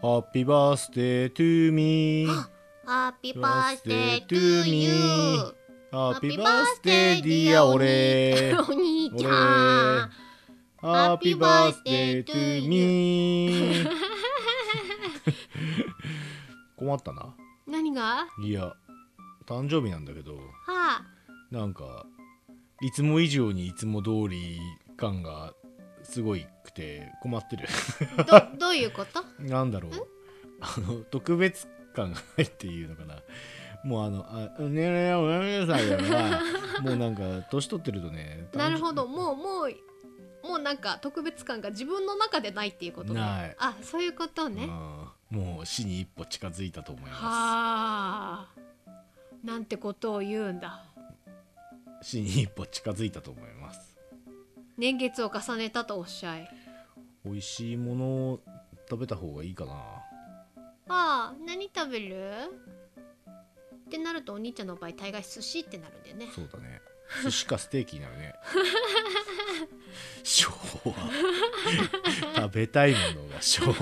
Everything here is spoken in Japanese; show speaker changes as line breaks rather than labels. ハッピーバースデートゥーミー
ハッピーバースデートゥーユー
ハッピーバースデーディア俺
お兄ち
俺
ゃん
ハッピーバースデートゥーミー 困ったな
何がはい
や誕生日なんだけど
あ
なんかいつも以上にいつも通り感がすごいくて困ってる
どどういうこと
なんだろうあの特別感がないっていうのかなもうあのあねえねえおやめなさい よなもうなんか年取ってるとね
なるほどもうもうもうなんか特別感が自分の中でないっていうことね
ない
あそういうこと
う
ね、は
んもう死に一歩近づいたと思いま
あなんてことを言うんだ
す死に一歩近づいたと思います
年月を重ねたとおっしゃい
美味しいものを食べた方がいいかな
ああ何食べるってなるとお兄ちゃんの場合大概寿司ってなるんだよね
そうだね。寿司かステーキになるね。 昭和。食べたいものが昭和。